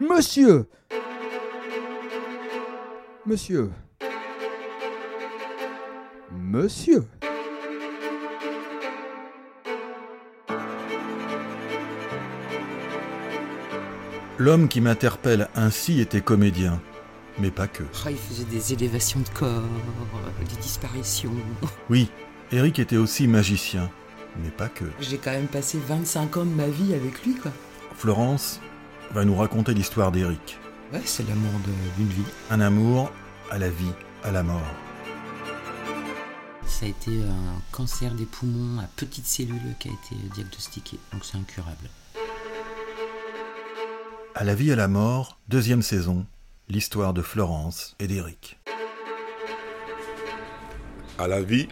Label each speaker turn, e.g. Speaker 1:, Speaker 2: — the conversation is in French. Speaker 1: Monsieur Monsieur Monsieur
Speaker 2: L'homme qui m'interpelle ainsi était comédien, mais pas que.
Speaker 3: Ah, il faisait des élévations de corps, euh, des disparitions.
Speaker 2: Oui, Eric était aussi magicien, mais pas que.
Speaker 3: J'ai quand même passé 25 ans de ma vie avec lui, quoi.
Speaker 2: Florence va nous raconter l'histoire d'Eric.
Speaker 3: Ouais, c'est l'amour de- d'une vie.
Speaker 2: Un amour à la vie, à la mort.
Speaker 4: Ça a été un cancer des poumons à petites cellules qui a été diagnostiqué, donc c'est incurable.
Speaker 2: À la vie, à la mort, deuxième saison, l'histoire de Florence et d'Eric.
Speaker 5: À la vie,